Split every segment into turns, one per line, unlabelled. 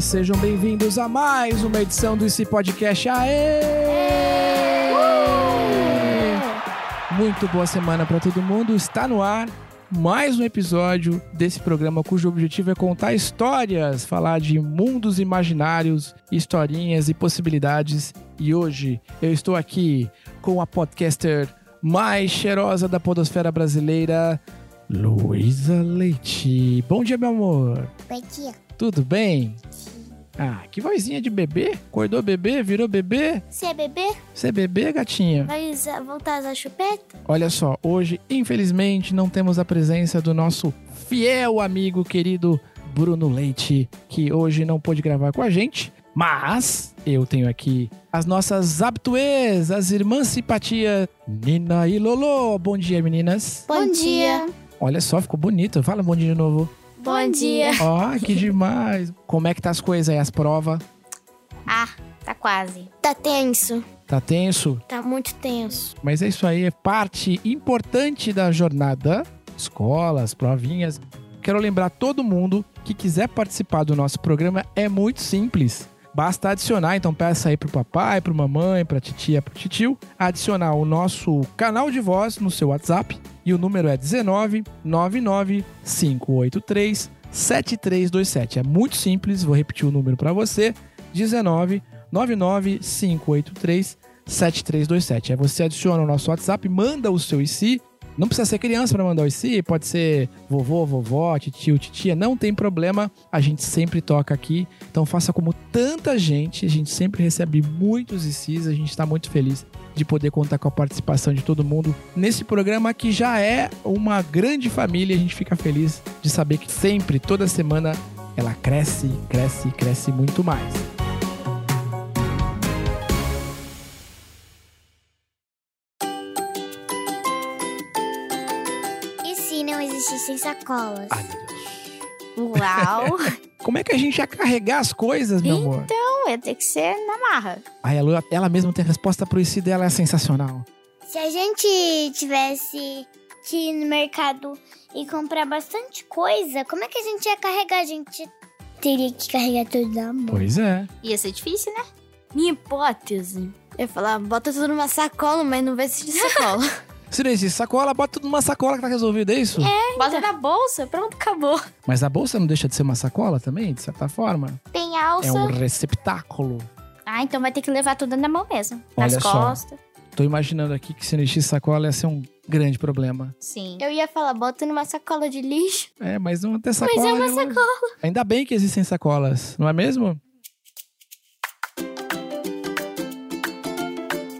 sejam bem-vindos a mais uma edição desse podcast. Aê! Muito boa semana para todo mundo. Está no ar mais um episódio desse programa cujo objetivo é contar histórias, falar de mundos imaginários, historinhas e possibilidades. E hoje eu estou aqui com a podcaster mais cheirosa da podosfera brasileira, Luísa Leite. Bom dia, meu amor.
Bom dia.
Tudo bem? Ah, que vozinha de bebê. Acordou bebê, virou bebê.
Você é bebê?
Você é bebê, gatinha?
Vai usar, voltar a usar chupeta?
Olha só, hoje, infelizmente, não temos a presença do nosso fiel amigo querido Bruno Leite, que hoje não pôde gravar com a gente. Mas eu tenho aqui as nossas habituês, as irmãs simpatia, Nina e Lolo. Bom dia, meninas.
Bom, dia.
Olha só, ficou bonito. Fala bom dia de novo.
Bom dia.
Ó, que demais. Como é que tá as coisas aí, as provas?
Ah, tá quase.
Tá tenso.
Tá tenso?
Tá muito tenso.
Mas é isso aí, é parte importante da jornada. Escolas, provinhas. Quero lembrar todo mundo que quiser participar do nosso programa é muito simples. Basta adicionar, então peça aí pro papai, pro mamãe, pra titia, pro titio, adicionar o nosso canal de voz no seu WhatsApp e o número é 19 99 583 7327. É muito simples, vou repetir o número para você. 19 99 583 7327. Aí É, você adiciona o nosso WhatsApp, manda o seu IC. Não precisa ser criança para mandar o IC, pode ser vovô, vovó, tio, titia, não tem problema, a gente sempre toca aqui. Então faça como tanta gente, a gente sempre recebe muitos ICs, a gente está muito feliz de poder contar com a participação de todo mundo nesse programa que já é uma grande família. A gente fica feliz de saber que sempre, toda semana, ela cresce, cresce, cresce muito mais.
E se não existissem sacolas?
Ai, meu Deus.
Uau!
Como é que a gente ia carregar as coisas, meu amor?
então, ia ter que ser na marra.
Ai, a Lu, ela mesma tem a resposta pro IC dela, é sensacional.
Se a gente tivesse que ir no mercado e comprar bastante coisa, como é que a gente ia carregar? A gente teria que carregar tudo na mão.
Pois é.
Ia ser difícil, né?
Minha hipótese é falar, bota tudo numa sacola, mas não vai existir sacola.
Se não existe sacola, bota tudo numa sacola que tá resolvido, é isso? É.
bota na bolsa, pronto, acabou.
Mas a bolsa não deixa de ser uma sacola também, de certa forma?
Tem alça.
É um receptáculo.
Ah, então vai ter que levar tudo na mão mesmo. Nas
Olha só.
costas.
Tô imaginando aqui que se não existisse sacola ia ser um grande problema.
Sim.
Eu ia falar, bota numa sacola de lixo.
É, mas não até sacola. Mas é uma sacola. Ainda bem que existem sacolas, não é mesmo?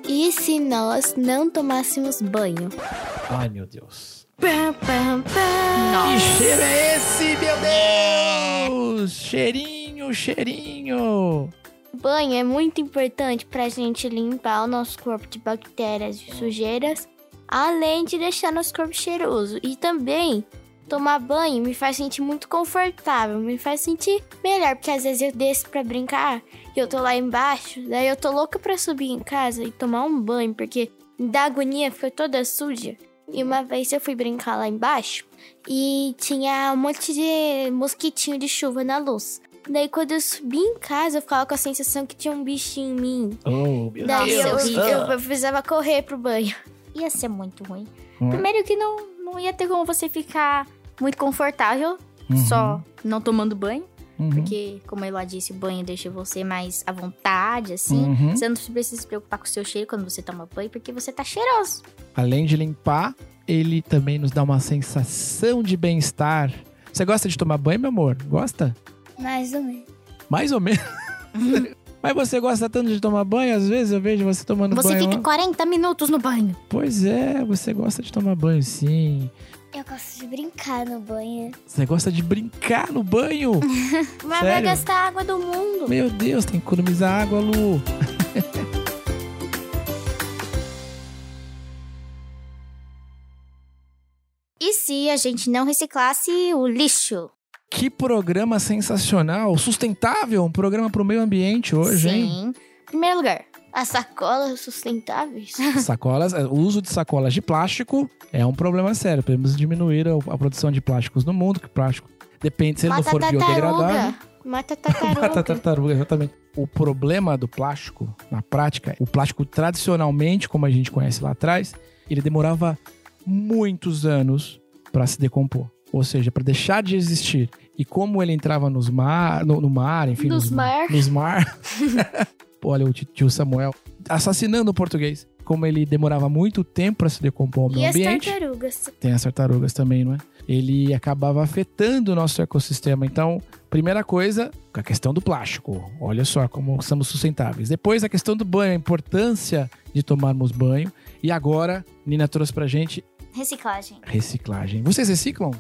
E se nós não tomássemos banho?
Ai, meu Deus.
Pam, pam, pam.
Que
Nossa.
cheiro é esse, meu Deus? Cheirinho, cheirinho.
Banho é muito importante pra gente limpar o nosso corpo de bactérias e sujeiras, além de deixar nosso corpo cheiroso. E também, tomar banho me faz sentir muito confortável, me faz sentir melhor, porque às vezes eu desço pra brincar e eu tô lá embaixo, daí eu tô louca pra subir em casa e tomar um banho, porque me dá agonia, fica toda suja. E uma vez eu fui brincar lá embaixo e tinha um monte de mosquitinho de chuva na luz. Daí quando eu subi em casa, eu ficava com a sensação que tinha um bichinho em mim.
Oh, meu
Daí eu,
Deus.
eu, eu precisava correr pro banho.
Ia ser muito ruim.
Hum.
Primeiro que não, não ia ter como você ficar muito confortável
Uhum,
só não tomando banho.
uhum,
Porque, como eu lá disse, o banho deixa você mais à vontade, assim.
uhum.
Você não precisa se preocupar com o seu cheiro quando você toma banho, porque você tá cheiroso.
Além de limpar, ele também nos dá uma sensação de bem-estar. Você gosta de tomar banho, meu amor? Gosta?
Mais ou menos.
Mais ou menos. Mas você gosta tanto de tomar banho? Às vezes eu vejo você tomando
você
banho.
fica
lá.
40 minutos no banho.
Pois é, você gosta de tomar banho, sim.
Eu gosto de brincar no banho.
Você gosta de brincar no banho?
Mas vai
Sério?
gastar a água do mundo.
Meu Deus, tem que economizar água, Lu.
E se a gente não reciclasse o lixo?
Que programa sensacional, sustentável, um programa pro meio ambiente hoje, hein?
Sim. Primeiro lugar,
As sacolas sustentáveis.
Sacolas, é, o uso de sacolas de plástico é um problema sério. Podemos diminuir a, a produção de plásticos no mundo, que plástico depende se ele não
Bota
for
tartaruga.
biodegradável.
Mata a tartaruga.
Mata a tartaruga, exatamente. O problema do plástico, na prática, o plástico tradicionalmente, como a gente conhece lá atrás, ele demorava muitos anos para se decompor. Ou seja, para deixar de existir. E como ele entrava nos mar, no, no mar, enfim.
Nos mar.
Nos mar. Olha o tio Samuel assassinando o português. Como ele demorava muito tempo para se decompor ao
E
meio
as
ambiente.
tartarugas?
Tem as tartarugas também, não é? Ele acabava afetando o nosso ecossistema. Então, primeira coisa, a questão do plástico. Olha só como somos sustentáveis. Depois, a questão do banho, a importância de tomarmos banho. E agora, Nina trouxe pra gente
Reciclagem.
reciclagem. Vocês reciclam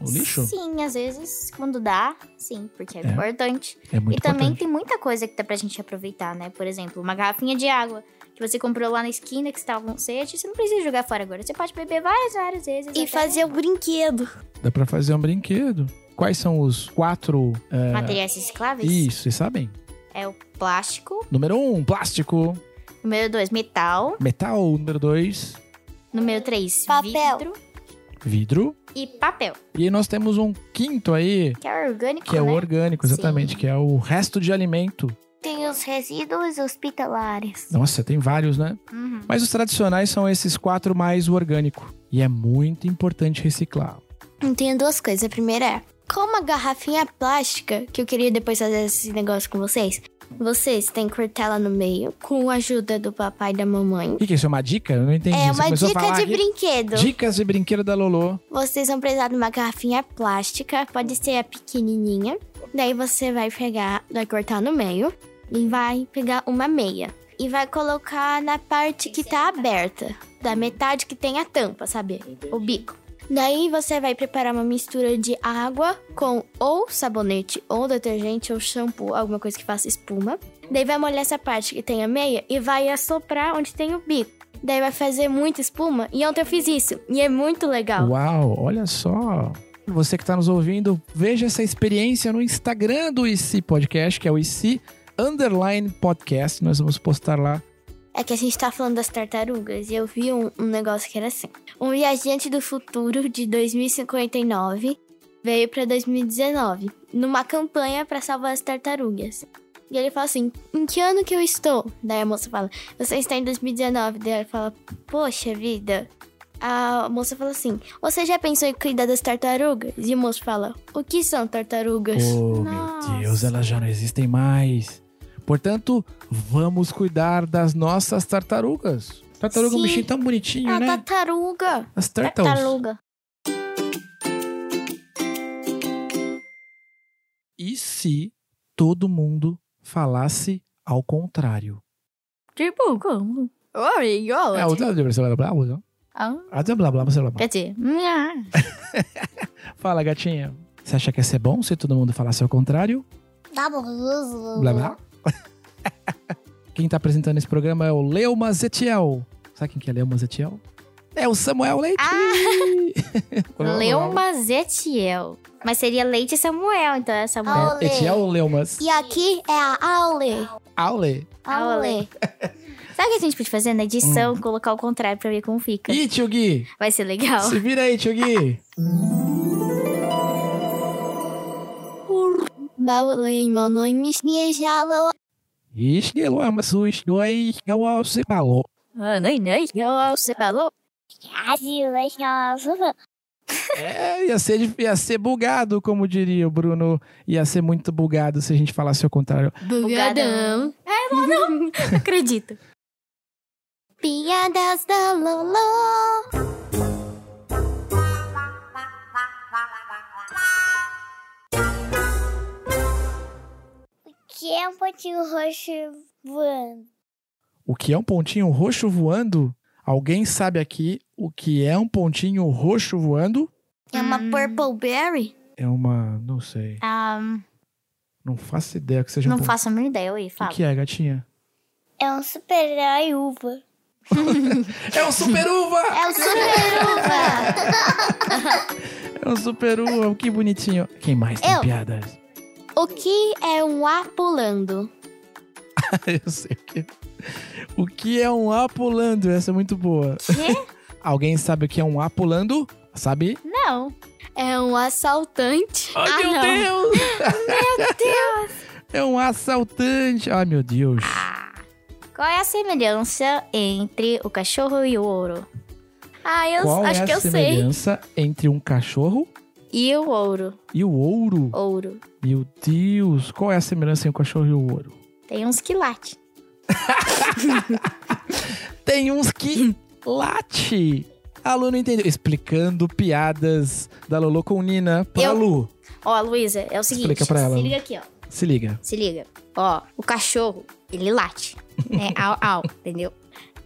o lixo?
Sim, às vezes, quando dá, sim, porque é,
É.
importante.
É muito
e também
importante.
tem muita coisa que dá pra gente aproveitar, né? Por exemplo, uma garrafinha de água que você comprou lá na esquina que estava com sede, você não precisa jogar fora agora. Você pode beber várias, várias vezes.
E
até
fazer o brinquedo.
Dá pra fazer um brinquedo. Quais são os quatro... é,
materiais recicláveis.
Isso, vocês sabem.
É o plástico.
Número um, plástico.
Número dois, metal.
Metal. Número dois,
Número três,
Papel.
vidro.
vidro.
E papel,
E nós temos um quinto aí,
que é orgânico,
que é o
né?
orgânico, exatamente, que é o resto de alimento.
Tem os resíduos hospitalares.
Nossa, tem vários, né?
Uhum.
Mas os tradicionais são esses quatro mais o orgânico. E é muito importante reciclar.
Eu tenho duas coisas. A primeira é, como a garrafinha plástica, que eu queria depois fazer esse negócio com vocês, vocês têm que cortar ela no meio com a ajuda do papai e da mamãe.
O que, que é isso? É uma dica? Eu não entendi.
É
Você
uma
começou a
dica
falar
de
aqui?
brinquedo.
Dicas de brinquedo da Lolo.
Vocês vão precisar de uma garrafinha plástica, pode ser a pequenininha. Daí você vai pegar, vai cortar no meio e vai pegar uma meia. E vai colocar na parte que tá aberta, da metade que tem a tampa, sabe? O bico. Daí você vai preparar uma mistura de água com ou sabonete, ou detergente, ou shampoo, alguma coisa que faça espuma. Daí vai molhar essa parte que tem a meia e vai assoprar onde tem o bico. Daí vai fazer muita espuma. E ontem eu fiz isso. E é muito legal.
Uau, olha só. Você que está nos ouvindo, veja essa experiência no Instagram do IC Podcast, que é o IC Underline Podcast. Nós vamos postar lá.
É que a gente tá falando das tartarugas. E eu vi um, um negócio que era assim: Um viajante do futuro de 2059 veio pra 2019 numa campanha pra salvar as tartarugas. E ele fala assim: Em que ano que eu estou? Daí a moça fala: Você está em 2019. Daí ela fala: Poxa vida. A moça fala assim: Você já pensou em cuidar das tartarugas? E o moço fala: O que são tartarugas?
Oh,
Nossa.
meu Deus, elas já não existem mais. Portanto, vamos cuidar das nossas tartarugas. Tartaruga é um
Sim.
bichinho tão bonitinho,
a
né?
"Ah,
Então,
tartaruga!
As turtles.
Tartaruga.
E se todo mundo falasse ao contrário?
Tipo, como? Oi,
É, o
oi.
blá blá blá blá, não?
Ah,
Ah, blá blá blá blá blá.
Quer dizer, nhá.
Fala, gatinha. Você acha que ia ser bom se todo mundo falasse ao contrário?
Tá bom.
Blá blá. Quem tá apresentando esse programa é o Leo Mazetiel. Sabe quem que é Leo Mazetiel? É o Samuel Leite.
Leuma Zetiel. Mas seria Leite Samuel, então é Samuel.
É, Etiel Leumas.
E aqui é a Aule.
Aule.
Aule.
Ah.
Sabe o que a gente pode fazer na edição? Colocar o contrário pra ver como fica.
Hum. Ih, tio Gui.
Vai ser legal.
Se vira aí, tio Gui.
Baulei, meu nome é Mijalo.
Ixi, Leumas, os dois, eu se falou.
Ah, nem, nem. Eu- Você falou?
É, ia ser, dif- ia ser bugado, como diria o Bruno. Ia ser muito bugado se a gente falasse ao contrário.
Bugadão. Não acredito.
Piadas da Lolo.
que é um pontinho roxo voando?
O que é um pontinho roxo voando? Alguém sabe aqui o que é um pontinho roxo voando?
É uma
Hum.
Purpleberry?
É uma. Não sei.
Ah,
Não faço ideia que seja um
não
pontinho.
faço a menor ideia, oi,
O
fala.
que que é, gatinha?
É um super-herói uva.
É um super uva!
É o Superuva.
É um super uva, que bonitinho. Quem mais tem
Eu.
piadas?
o que é um A pulando?
Eu sei o que. O que é um apulando? Essa é muito boa.
Quê?
Alguém sabe o que é um apulando? Sabe?
Não,
Não.
É um assaltante.
Ai, meu
não.
Deus! meu Deus! É um assaltante. Ai, meu Deus.
Qual é a semelhança entre o cachorro e o ouro?
Ah, eu
Qual
acho
é a
que eu sei.
semelhança entre um cachorro
E o ouro?
e o ouro?
Ouro.
Meu Deus, qual é a semelhança entre o cachorro e o ouro?
Tem uns que late.
Tem uns que late. A Lu não entendeu. Explicando piadas da Lolo com Nina pra
Eu-
Lu.
Ó, Luísa, é o seguinte.
Explica pra ela.
Se liga aqui, ó.
Se liga.
Se liga. Ó, o cachorro, ele late. Né? Au, au, entendeu?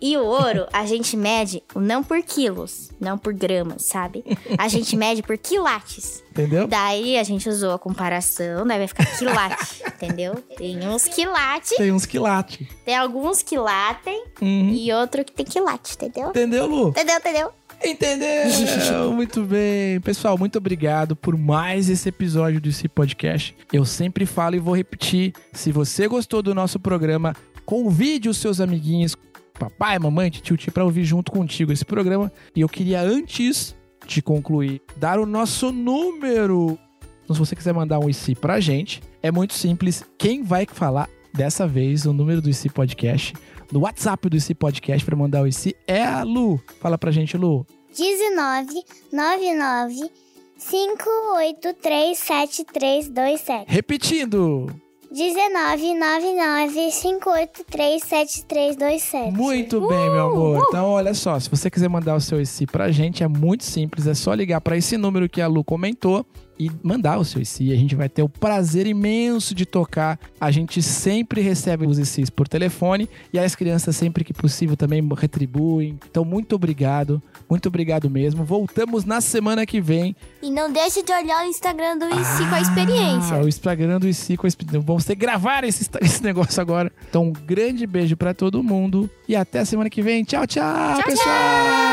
E o ouro, a gente mede não por quilos, não por gramas, sabe? A gente mede por quilates.
Entendeu?
Daí a gente usou a comparação, daí vai ficar quilate, entendeu? Tem uns que late,
Tem uns que late.
tem alguns que latem
Uhum.
e outro que tem quilate, entendeu?
Entendeu, Lu?
Entendeu, entendeu?
Entendeu? muito bem. Pessoal, muito obrigado por mais esse episódio desse podcast. Eu sempre falo e vou repetir. Se você gostou do nosso programa, convide os seus amiguinhos, papai, mamãe, tio, tio, pra ouvir junto contigo esse programa. E eu queria, antes de concluir, dar o nosso número. Então, se você quiser mandar um IC pra gente, é muito simples. Quem vai falar dessa vez o número do IC Podcast, do WhatsApp do IC Podcast pra mandar o IC, é a Lu. Fala pra gente, Lu.
19 99 583 7327.
Repetindo.
19 99 583 7327.
Muito bem, meu amor. Então, olha só, se você quiser mandar o seu IC pra gente, é muito simples, é só ligar pra esse número que a Lu comentou e mandar o seu IC. A gente vai ter o prazer imenso de tocar. A gente sempre recebe os ICs por telefone e as crianças sempre que possível também retribuem. Então, muito obrigado. Muito obrigado mesmo. Voltamos na semana que vem.
E não deixe de olhar o Instagram do IC com a experiência.
Ah, o Instagram do IC com a experiência. Vamos ter que gravar esse, insta- esse negócio agora. Então, um grande beijo pra todo mundo e até semana que vem. Tchau, tchau, pessoal!